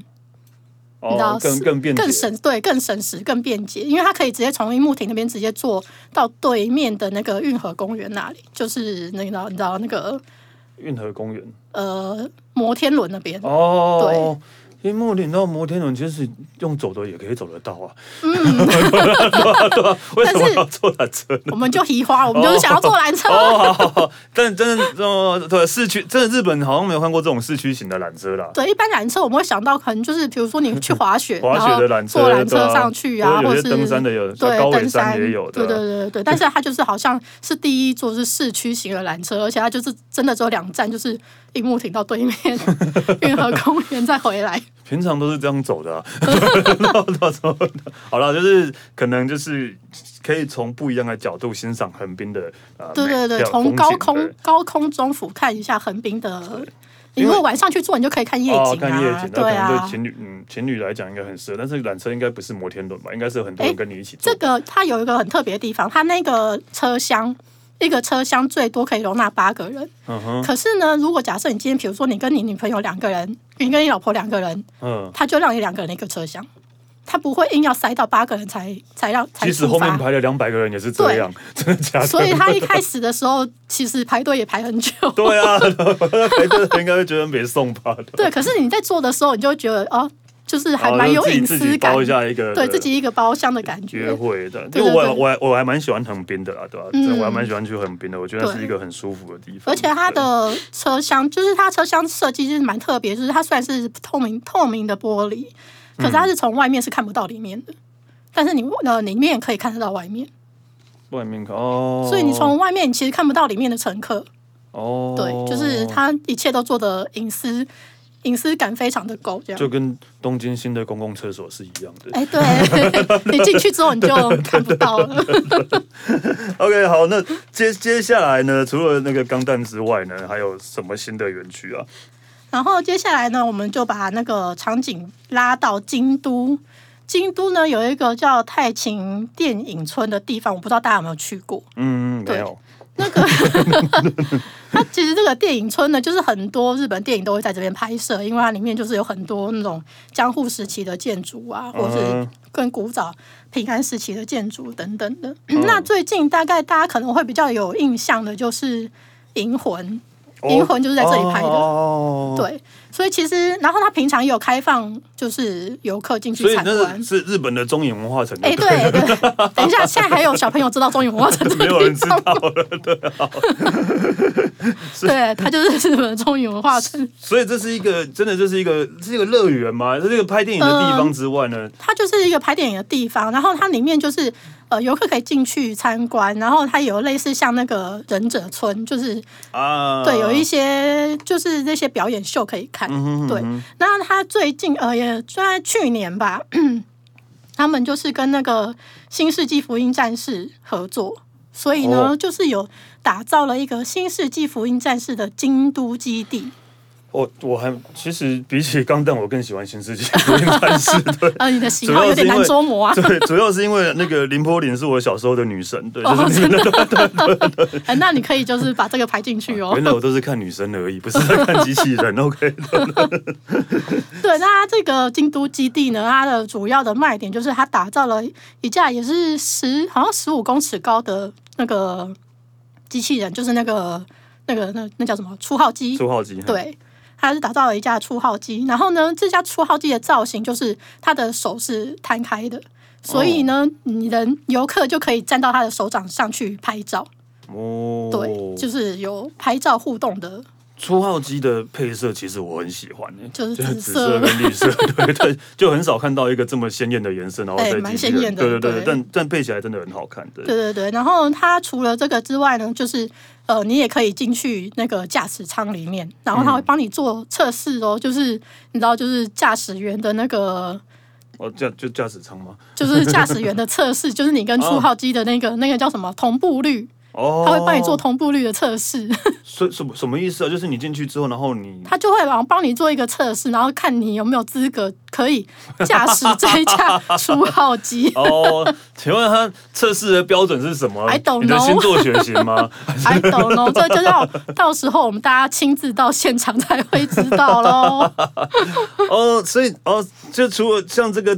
Speaker 1: 哦
Speaker 2: 道，
Speaker 1: 更
Speaker 2: 是
Speaker 1: 更便捷，
Speaker 2: 更省对更省时更便捷，因为它可以直接从樱木町那边直接坐到对面的那个运河公园那里，就是那个你知道那个
Speaker 1: 运河公园
Speaker 2: 呃摩天轮那边。
Speaker 1: 哦。因为木林到摩天轮其实用走的也可以走得到啊， 嗯，对啊对啊，为什么
Speaker 2: 但是
Speaker 1: 要坐缆 车呢？
Speaker 2: 我们就移花，我们就是想要坐缆车。
Speaker 1: 哦，好好好，但真的哦，对，市区真的日本好像没有看过这种市区型的缆车啦。
Speaker 2: 对，一般缆车我们会想到可能就是，比如说你去滑雪，
Speaker 1: 滑雪的缆车
Speaker 2: 然后
Speaker 1: 对
Speaker 2: 坐缆
Speaker 1: 啊
Speaker 2: 车上去啊，
Speaker 1: 或者有
Speaker 2: 或
Speaker 1: 些
Speaker 2: 者
Speaker 1: 登山的有像
Speaker 2: 对
Speaker 1: 高尾
Speaker 2: 登
Speaker 1: 山
Speaker 2: 山
Speaker 1: 也有
Speaker 2: 对
Speaker 1: 对啊
Speaker 2: 对对对。但是它就是好像是第一座是市区型的缆车，而且它就是真的只有两站，就是荧幕停到对面 运河公园再回 来。
Speaker 1: 平常都是这样走的、啊， 到时候好了，就是可能就是可以从不一样的角度欣赏横滨的啊，呃
Speaker 2: 对对
Speaker 1: 美
Speaker 2: 对，
Speaker 1: 还有
Speaker 2: 从
Speaker 1: 风景
Speaker 2: 高
Speaker 1: 对
Speaker 2: 空高空中俯瞰一下横滨的。你
Speaker 1: 因为
Speaker 2: 如果晚上去做，你就可以看夜
Speaker 1: 哦
Speaker 2: 景
Speaker 1: 看夜
Speaker 2: 啊，
Speaker 1: 景，那
Speaker 2: 对
Speaker 1: 可能
Speaker 2: 啊
Speaker 1: 对。情侣嗯情侣来讲应该很适合，但是缆车应该不是摩天轮吧，应该是有很多
Speaker 2: 哎
Speaker 1: 人跟你一起坐。
Speaker 2: 这个它有一个很特别的地方，它那个车厢，一个车厢最多可以容纳八个人。
Speaker 1: 嗯哼，
Speaker 2: 可是呢，如果假设你今天，比如说你跟你女朋友两个人，你跟你老婆两个人，
Speaker 1: 嗯，
Speaker 2: 他就让你两个人一个车厢，他不会硬要塞到八个人才才让才
Speaker 1: 即使
Speaker 2: 出
Speaker 1: 后面
Speaker 2: 发。
Speaker 1: 排了两百个人也是这样，真的假的？
Speaker 2: 所以他一开始的时候，其实排队也排很久。
Speaker 1: 对啊， 排队的人应该会觉得没送吧？
Speaker 2: 对，可是你在做的时候，你就会觉得哦，就是还蛮有
Speaker 1: 然后就
Speaker 2: 隐
Speaker 1: 自己自
Speaker 2: 私
Speaker 1: 己
Speaker 2: 感
Speaker 1: 包一，下一个
Speaker 2: 对自己一个包厢的感
Speaker 1: 约
Speaker 2: 觉。
Speaker 1: 会的，因
Speaker 2: 对
Speaker 1: 为我
Speaker 2: 对对
Speaker 1: 我还我还蛮喜欢横滨的啦，对吧、真的我还
Speaker 2: 嗯
Speaker 1: 蛮喜欢去横滨的，我觉得
Speaker 2: 对
Speaker 1: 是一个很舒服的地方。
Speaker 2: 而且它的车厢，就是它车厢设计就是蛮特别，就是它虽然是透明透明的玻璃，
Speaker 1: 嗯
Speaker 2: 可是它是从外面是看不到里面的，但是你呃里面也可以看得到外面，
Speaker 1: 对外面看哦，
Speaker 2: 所以你从外面你其实看不到里面的乘客。
Speaker 1: 哦，
Speaker 2: 对，就是它一切都做的隐私隐私感非常的够，这样
Speaker 1: 就。跟东京新的公共厕所是一样的。
Speaker 2: 哎，对， 你进去之后你就看不到了。
Speaker 1: OK，好，那接接下来呢，除了那个钢弹之外呢，还有什么新的园区啊？
Speaker 2: 然后接下来呢，我们就把那个场景拉到京都。京都呢有一个叫太秦电影村的地方，我不知道大家有没有去过。
Speaker 1: 嗯，没
Speaker 2: 对
Speaker 1: 有，
Speaker 2: 它其实这个电影村呢，就是很多日本电影都会在这边拍摄，因为它里面就是有很多那种江户时期的建筑啊，或
Speaker 1: 嗯
Speaker 2: 是更古早平安时期的建筑等等的。那最近大概大家可能会比较有印象的就是《银魂
Speaker 1: 哦
Speaker 2: 银魂就是在这里拍的
Speaker 1: 哦》，，
Speaker 2: 对，所以其实然后它平常也有开放，就是游客进去
Speaker 1: 所以
Speaker 2: 参
Speaker 1: 那
Speaker 2: 观
Speaker 1: 是。是日本的中影文化城就
Speaker 2: 哎，
Speaker 1: 对了，
Speaker 2: 对对，等一下，现在还有小朋友知道中影 文化城这
Speaker 1: 没
Speaker 2: 个
Speaker 1: 有人
Speaker 2: 地
Speaker 1: 知
Speaker 2: 方
Speaker 1: 道
Speaker 2: 吗
Speaker 1: 了。啊
Speaker 2: 对，它就是日本的中影文化城。
Speaker 1: 所以这是一个真的，这是一个这是一个乐园吗？这是一个拍电影的地
Speaker 2: 嗯
Speaker 1: 方之外呢？
Speaker 2: 它就是一个拍电影的地方，然后它里面就是呃游客可以进去参观，然后它有类似像那个忍者村，就是
Speaker 1: 啊，
Speaker 2: 对有一些就是这些表演秀可以看。
Speaker 1: 嗯哼
Speaker 2: 对，那它最近呃也就在去年吧， 他们就是跟那个《新世纪福音战士》合作。所以呢，
Speaker 1: 哦
Speaker 2: 就是有打造了一个《新世纪福音战士》的京都基地。
Speaker 1: 我我还其实比起钢弹，我更喜欢新世纪福音战士。 对，
Speaker 2: 呃，你的喜
Speaker 1: 主
Speaker 2: 好
Speaker 1: 要
Speaker 2: 有
Speaker 1: 是
Speaker 2: 点
Speaker 1: 因
Speaker 2: 难
Speaker 1: 为
Speaker 2: 捉摸啊，
Speaker 1: 对，主要是因为那个林波林是我小时候的女神，对，就是
Speaker 2: 哦，
Speaker 1: 你
Speaker 2: 真的，哎那你可以就是把这个排进去哦。
Speaker 1: 原来我都是看女生而已，不是在看机器人。OK，
Speaker 2: 对，那它这个京都基地呢，它的主要的卖点就是它打造了一架也是十好像十五公尺高的那个机器人，就是那个那个那那叫什么初号机？
Speaker 1: 初号机，，
Speaker 2: 对，它是打造了一架初号机。然后呢，这架初号机的造型就是它的手是摊开的，所以呢，
Speaker 1: 哦
Speaker 2: 你的游客就可以站到它的手掌上去拍照。
Speaker 1: 哦，
Speaker 2: 对，就是有拍照互动的
Speaker 1: 初号机的配色其实我很喜欢诶、
Speaker 2: 就是
Speaker 1: 就是
Speaker 2: 紫
Speaker 1: 紫
Speaker 2: 色
Speaker 1: 色跟绿色，对对，就很少看到一个这么鲜艳的颜色，然后
Speaker 2: 哎
Speaker 1: 再
Speaker 2: 蛮
Speaker 1: 进去
Speaker 2: 鲜艳的
Speaker 1: 对对
Speaker 2: 对
Speaker 1: 对，但但配起来真的很好看，对
Speaker 2: 对对对，然后它除了这个之外呢，就是呃，你也可以进去那个驾驶舱里面，然后它会帮你做测试哦，就是你知道，就是驾驶员的那个，
Speaker 1: 哦，驾就驾驶舱吗？
Speaker 2: 就是驾驶员的测试，就是你跟初号机的那个、那个叫什么同步率，
Speaker 1: 哦，
Speaker 2: 它会帮你做同步率的测试，
Speaker 1: 所什么什么意思啊？就是你进去之后，然后你
Speaker 2: 它就会帮帮你做一个测试，然后看你有没有资格可以驾驶这一架初号机。
Speaker 1: 哦，请问他测试的标准是什么
Speaker 2: I don't
Speaker 1: 你的
Speaker 2: know
Speaker 1: 星座选型吗？
Speaker 2: I don't know，这就要到时候我们大家亲自到现场才会知道喽。
Speaker 1: 哦，所以哦，就除了像这个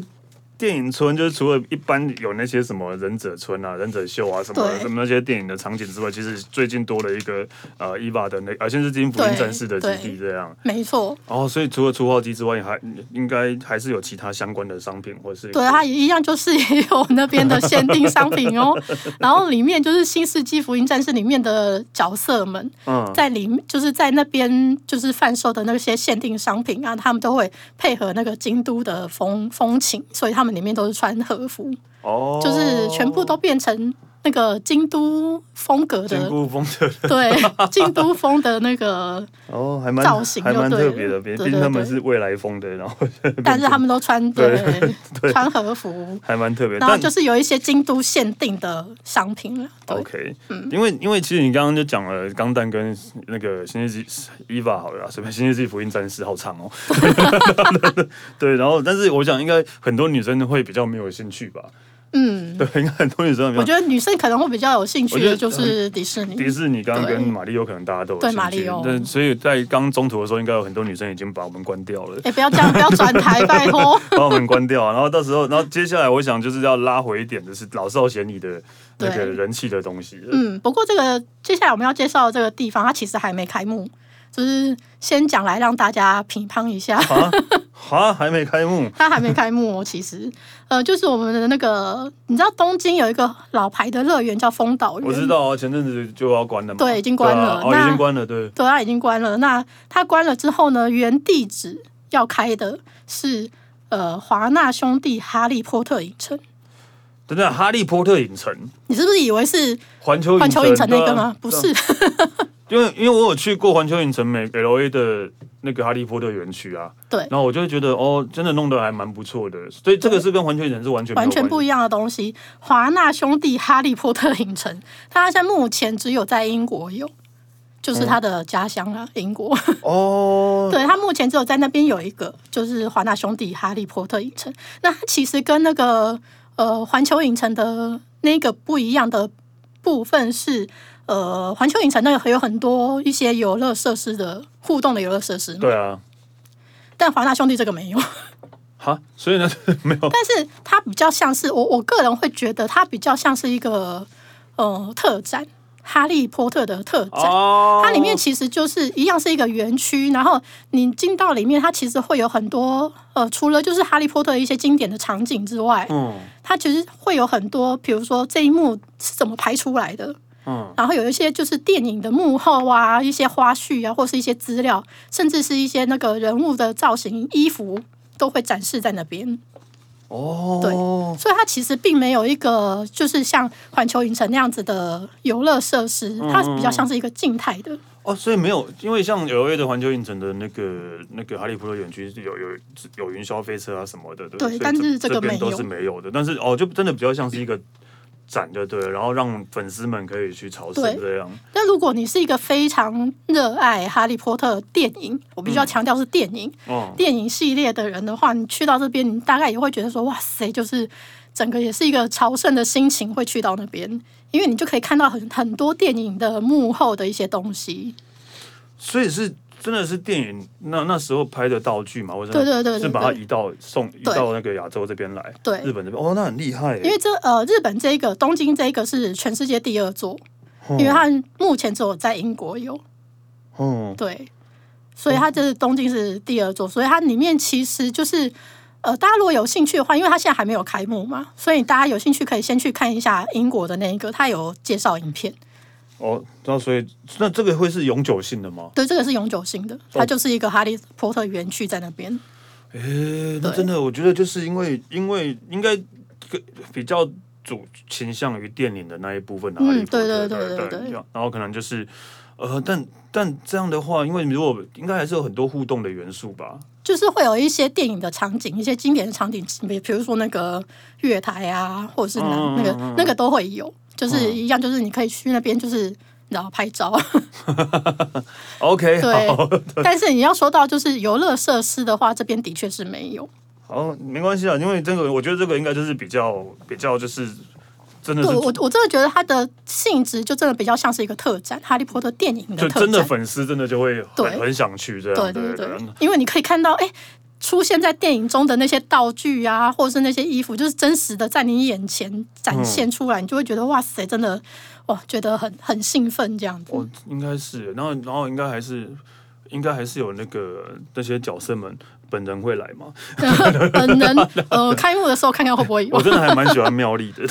Speaker 1: 电影村，就是除了一般有那些什么忍者村啊、忍者秀啊什么
Speaker 2: 对
Speaker 1: 什么那些电影的场景之外，其实最近多了一个呃伊娃的那呃先是金福音战，E 士的呃基地这样。
Speaker 2: 没错。
Speaker 1: 哦，所以除了除号机之外，还应该还是有其他相关的商品或是
Speaker 2: 对，它一样就是也有那边的限定商品 哦。然后里面就是《新世纪福音战士》里面的角色们，
Speaker 1: 嗯
Speaker 2: 在里面就是在那边就是贩售的那些限定商品啊，他们都会配合那个京都的风风情，所以他们里面都是穿和服，
Speaker 1: 哦，
Speaker 2: 就是全部都变成那个京都风格
Speaker 1: 进
Speaker 2: 的。
Speaker 1: 步风的
Speaker 2: 对，京都风的 那个，
Speaker 1: 哦，还蛮
Speaker 2: 造型就
Speaker 1: 还蛮
Speaker 2: 对
Speaker 1: 特
Speaker 2: 了
Speaker 1: 别的，毕
Speaker 2: 对
Speaker 1: 毕竟
Speaker 2: 对
Speaker 1: 他们
Speaker 2: 对
Speaker 1: 是未来风的，然后
Speaker 2: 但是他们都穿对
Speaker 1: 对
Speaker 2: 穿和服，
Speaker 1: 还蛮特别。
Speaker 2: 然后
Speaker 1: 但
Speaker 2: 就是有一些京都限定的商品了。对
Speaker 1: OK，因
Speaker 2: 嗯
Speaker 1: 为因为其实你刚刚就讲了钢弹跟那个星际伊法好了啦，啊随便星际之福音战士好长哦。 对，然后但是我想应该很多女生会比较没有兴趣吧？
Speaker 2: 嗯，
Speaker 1: 对，应该很多女生没
Speaker 2: 我
Speaker 1: 有。
Speaker 2: 觉得女生可能会比较有兴趣的
Speaker 1: 嗯我觉
Speaker 2: 就
Speaker 1: 得嗯
Speaker 2: 是迪士尼。
Speaker 1: 迪士尼刚刚
Speaker 2: 对
Speaker 1: 跟马里奥可能大家都有
Speaker 2: 对
Speaker 1: 兴趣
Speaker 2: 马里奥
Speaker 1: 但所以在刚中途的时候，应该有很多女生已经把我们关掉了。
Speaker 2: 哎、不要这样，不要转台，拜托。
Speaker 1: 把我们关掉、啊，然后到时候，然后接下来我想就是要拉回一点，就是老少咸宜的那个
Speaker 2: 对
Speaker 1: 人气的东西了。
Speaker 2: 嗯，不过这个接下来我们要介绍的这个地方，它其实还没开幕，就是先讲来让大家评判 一下，
Speaker 1: 啊啊，还没开幕
Speaker 2: 它还没开幕哦。其实，呃，就是我们的那个，你知道东京有一个老牌的乐园叫丰岛园，
Speaker 1: 我知。道啊，前阵子就要关了嘛，
Speaker 2: 对已经关了
Speaker 1: 对啊哦，
Speaker 2: 那
Speaker 1: 已经关了，对，
Speaker 2: 对，它已经关了。那它关了之后呢，原地址要开的是呃华纳兄弟哈利波特影城。
Speaker 1: 等等，哈利波特影城。
Speaker 2: 你是不是以为是
Speaker 1: 环球
Speaker 2: 环球影城那个
Speaker 1: 对啊
Speaker 2: 吗？不是，
Speaker 1: 因为因为我有去过环球影城美 L A 的那个哈利波特园区啊，
Speaker 2: 对，
Speaker 1: 然后我就会觉得哦，真的弄得还蛮不错的，所以这个是跟环球影城是完全没有
Speaker 2: 完全
Speaker 1: 关
Speaker 2: 不
Speaker 1: 系
Speaker 2: 一样的东西。华纳兄弟《哈利波特》影城，它现在目前只有在英国有，就是它的家乡啊，英国。
Speaker 1: 嗯哦，
Speaker 2: 对，它目前只有在那边有一个，就是华纳兄弟《哈利波特》影城。那它其实跟那个呃环球影城的那个不一样的部分是。呃，环球影城那个有很多一些游乐设施的互动的游乐设施嘛，
Speaker 1: 对啊，
Speaker 2: 但华纳兄弟这个没有。
Speaker 1: 哈，所以呢 没有
Speaker 2: 但是它比较像是我我个人会觉得它比较像是一个呃特展，哈利波特的特展。
Speaker 1: 哦，
Speaker 2: 它里面其实就是一样是一个园区，然后你进到里面，它其实会有很多呃，除了就是哈利波特一些经典的场景之外，
Speaker 1: 嗯
Speaker 2: 它其实会有很多，比如说这一幕是怎么拍出来的，
Speaker 1: 嗯
Speaker 2: 然后有一些就是电影的幕后啊，一些花絮啊，或是一些资料，甚至是一些那个人物的造型、衣服都会展示在那边。
Speaker 1: 哦，
Speaker 2: 所以它其实并没有一个就是像环球影城那样子的游乐设施，它比较像是一个静态的。
Speaker 1: 哦，所以没有，因为像 L A 的环球影城的那个那个哈利波特园区是有有有云霄飞车啊什么的，对不
Speaker 2: 对
Speaker 1: 所以
Speaker 2: 但是这
Speaker 1: 这
Speaker 2: 个
Speaker 1: 边
Speaker 2: 没
Speaker 1: 都
Speaker 2: 有
Speaker 1: 是没有的，但是哦，就真的比较像是一个展，就对了，然后让粉丝们可以去朝圣
Speaker 2: 对
Speaker 1: 这样。
Speaker 2: 那如果你是一个非常热爱《哈利波特》电影，我必须要强调是电影、
Speaker 1: 哦，
Speaker 2: 电影系列的人的话，你去到这边，你大概也会觉得说，哇塞，就是整个也是一个朝圣的心情，会去到那边，因为你就可以看到很很多电影的幕后的一些东西。
Speaker 1: 所以是真的是电影那那时候拍的道具嘛，或者
Speaker 2: 对对对对
Speaker 1: 是把它
Speaker 2: 对
Speaker 1: 移到送移
Speaker 2: 对
Speaker 1: 到那个亚洲这边来，
Speaker 2: 对
Speaker 1: 日本这边哦，那很厉害耶，
Speaker 2: 因为这呃，日本这个东京这个是全世界第二座，
Speaker 1: 哦
Speaker 2: 因为它目前只有在英国有。
Speaker 1: 嗯
Speaker 2: 对，所以它就是东京是第二座，所以它里面其实就是呃，大家如果有兴趣的话，因为它现在还没有开幕嘛，所以大家有兴趣可以先去看一下英国的那一个，它有介绍影片，
Speaker 1: 哦，那所以那这个会是永久性的吗？
Speaker 2: 对，这个是永久性的，
Speaker 1: 哦
Speaker 2: 它就是一个哈利波特园区在那边。
Speaker 1: 诶，那
Speaker 2: 对
Speaker 1: 真的，我觉得就是因为因为应该个比较主倾向于电影的那一部分的哈利波
Speaker 2: 嗯
Speaker 1: 特，
Speaker 2: 对对对对对
Speaker 1: 这样然后可能就是呃，但但这样的话，因为如果应该还是有很多互动的元素吧，
Speaker 2: 就是会有一些电影的场景，一些经典的场景，比比如说那个月台啊，或者是那、
Speaker 1: 嗯嗯嗯
Speaker 2: 那个、
Speaker 1: 嗯
Speaker 2: 那个都会有，就是
Speaker 1: 嗯
Speaker 2: 一样，就是你可以去那边，就是然后拍 照。
Speaker 1: OK，
Speaker 2: 对
Speaker 1: 好，
Speaker 2: 但是你要说到就是游乐设施的话，这边的确是没有。
Speaker 1: 好，没关系啊，因为这个，我觉得这个应该就是比较比较就是真的
Speaker 2: 对
Speaker 1: 是
Speaker 2: 我我真的觉得它的性质就真的比较像是一个特展，《哈利波特》电影的
Speaker 1: 就
Speaker 2: 特展。
Speaker 1: 真的粉丝真的就会很
Speaker 2: 对
Speaker 1: 很想去这
Speaker 2: 对
Speaker 1: 样，
Speaker 2: 对
Speaker 1: 对
Speaker 2: 对，因为你可以看到，哎、出现在电影中的那些道具啊，或者是那些衣服，就是真实的在你眼前
Speaker 1: 嗯
Speaker 2: 展现出来，你就会觉得哇塞，真的哇，觉得很很兴奋这样子。
Speaker 1: 哦，应该是，然后然后应该还是应该还是有那个那些角色们本人会来嘛，
Speaker 2: 本 能呃，开幕的时候看看会不会有
Speaker 1: 我。真的还蛮喜欢妙丽 的，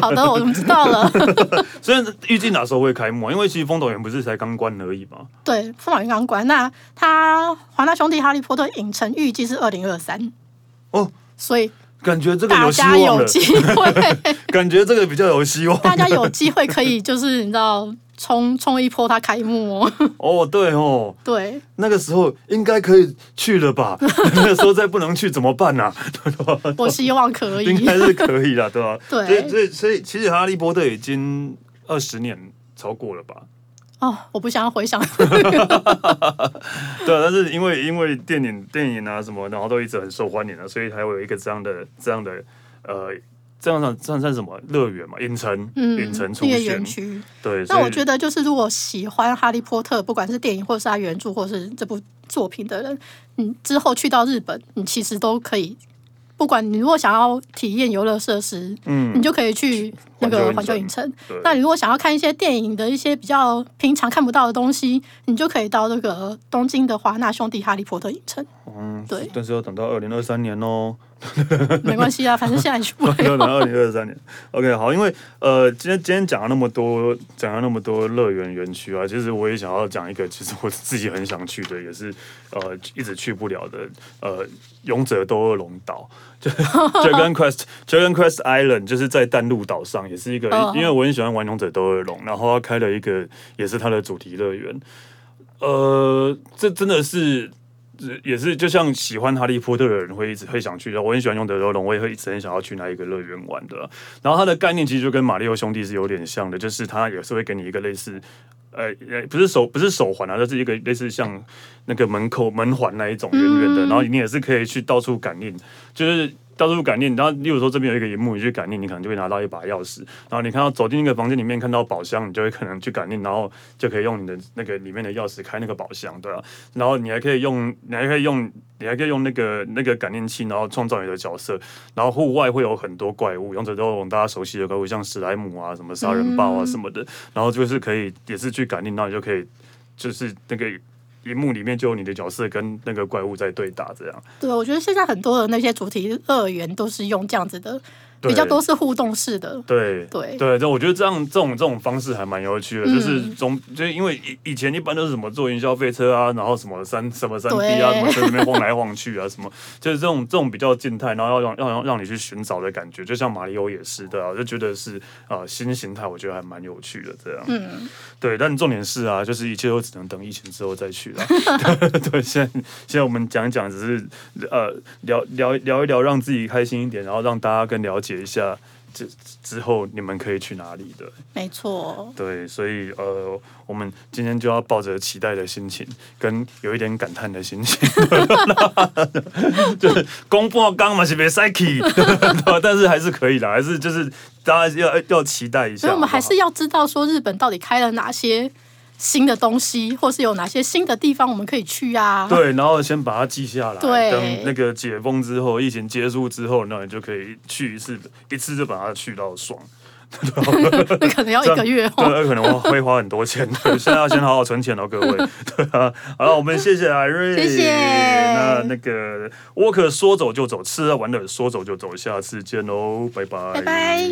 Speaker 2: 好的，我们知道了。
Speaker 1: 虽然预计哪时候会开幕啊，因为其实风斗园不是才刚关而已嘛，
Speaker 2: 对，凤凰云钢馆，那它华纳兄弟《哈利波特》影城预计是二零二三
Speaker 1: 哦，
Speaker 2: 所以
Speaker 1: 感觉这个
Speaker 2: 大
Speaker 1: 有希
Speaker 2: 家
Speaker 1: 望
Speaker 2: 有
Speaker 1: 了，
Speaker 2: 机会，
Speaker 1: 感觉这个比较有希 望
Speaker 2: 大家有机会可以就是你知道冲冲一波它开幕 哦。
Speaker 1: 哦，对哦，
Speaker 2: 对，
Speaker 1: 那个时候应该可以去了 吧？那个时候再不能去怎么办呢、啊？ 对吧
Speaker 2: 我希望可
Speaker 1: 应
Speaker 2: 以。
Speaker 1: 该是可以了，对吧？ 所以
Speaker 2: 对
Speaker 1: 所以所以其实《哈利波特》已经二十年超过了吧？
Speaker 2: 哦，我不想要 回想。
Speaker 1: 对啊，但是因为因为电影电影啊什么，然后都一直很受欢迎啊，所以才会有一个这样的这样的呃。这样的这样算什么乐园嘛？影城，
Speaker 2: 嗯，
Speaker 1: 影城出
Speaker 2: 那个
Speaker 1: 现
Speaker 2: 园，区。
Speaker 1: 对。
Speaker 2: 那我觉
Speaker 1: 得
Speaker 2: 得就是，如果喜欢《哈利波特》，不管是电影，或是它原著，或是这部作品的人，你之后去到日本，你其实都可以。不管你如果想要体验游乐设施，
Speaker 1: 嗯
Speaker 2: 你就可以去那个
Speaker 1: 环
Speaker 2: 环
Speaker 1: 球
Speaker 2: 球
Speaker 1: 影
Speaker 2: 影城。
Speaker 1: 对
Speaker 2: 那你如果想要看一些电影的一些比较平常看不到的东西，你就可以到那个东京的华纳兄弟哈利波特影 城。
Speaker 1: 嗯，
Speaker 2: 对
Speaker 1: 但是要等到二零二三年哦。
Speaker 2: 没关系啊，反正现在去不
Speaker 1: 二
Speaker 2: 了。
Speaker 1: 零二零二三年，OK，好，因为呃，今天今天讲了那么多，讲了那么多乐园园区啊，其实我也想要讲一个，其实我自己很想去的，也是呃一直去不了的，呃，勇者斗恶龙岛，就 Dragon Quest Dragon Quest Island，就是在淡路岛上，也是一个，
Speaker 2: 嗯
Speaker 1: 因为我很喜欢玩勇者斗恶龙，然后他开了一个也是他的主题乐园，呃，这真的是。也是，就像喜欢哈利波特的人会一直会想去，我很喜欢用德州龙，我也会一直很想要去那一个乐园玩的。然后它的概念其实就跟马里奥兄弟是有点像的，就是它也是会给你一个类似，呃，呃不是手不是手环啊，就是一个类似像那个门扣门环那一种圆圆的，然后你也是可以去到处感应，就是。到处感应，然后例如说这边有一个荧幕，你去感应，你可能就会拿到一把钥匙。然后你看到走进一个房间里面，看到宝箱，你就会可能去感应，然后就可以用你的那个里面的钥匙开那个宝箱，对啊。然后你还可以用，你还可以用，你还可以用那个那个感应器，然后创造你的角色。然后户外会有很多怪物，勇者斗恶龙大家熟悉的怪物，像史莱姆啊、什么杀人豹啊什么的。然后就是可以也是去感应，到你就可以就是那个荧幕里面就有你的角色跟那个怪物在对打这样。
Speaker 2: 对，我觉得现在很多的那些主题乐园都是用这样子的，
Speaker 1: 对
Speaker 2: 比较多是互动式的。
Speaker 1: 对
Speaker 2: 对
Speaker 1: 对，就我觉得这样这种这种方式还蛮有趣的，
Speaker 2: 嗯
Speaker 1: 就是总就是因为以以前一般都是什么坐云霄飞车啊，然后什么三什么三 D 啊，
Speaker 2: 对
Speaker 1: 什么在里面晃来晃去啊，什么 就是这种这种比较静态，然后要让让让让你去寻找的感觉，就像马里欧也是的、啊，就觉得是啊、呃新形态，我觉得还蛮有趣的这样。
Speaker 2: 嗯，
Speaker 1: 对，但重点是啊，就是一切都只能等疫情之后再去 了。对，现在现在我们讲一讲，只是呃聊聊聊一聊，让自己开心一点，然后让大家更了解一下之之后你们可以去哪里的。
Speaker 2: 没错。
Speaker 1: 对，所以呃，我们今天就要抱着期待的心情，跟有一点感叹的心情， 就是公布刚嘛是别塞气，但是还是可以的，还是就是大家要要期待一下。
Speaker 2: 所以我们还
Speaker 1: 好不好
Speaker 2: 是要知道说日本到底开了哪些新的东西，或是有哪些新的地方我们可以去啊。
Speaker 1: 对，然后先把它记下来，
Speaker 2: 对
Speaker 1: 等那个解封之后，疫情结束之后，那你就可以去一次，一次就把它去到爽。
Speaker 2: 那可能要一个月
Speaker 1: 对，
Speaker 2: 哦。
Speaker 1: 可能会会花很多钱，对，现在要先好好存钱哦，各位。 对啊，好了，我们谢谢艾瑞，
Speaker 2: 谢谢
Speaker 1: 那那个啊哦沃克说走就走，吃了玩了说走就走，下次见喽，拜拜，
Speaker 2: 拜拜。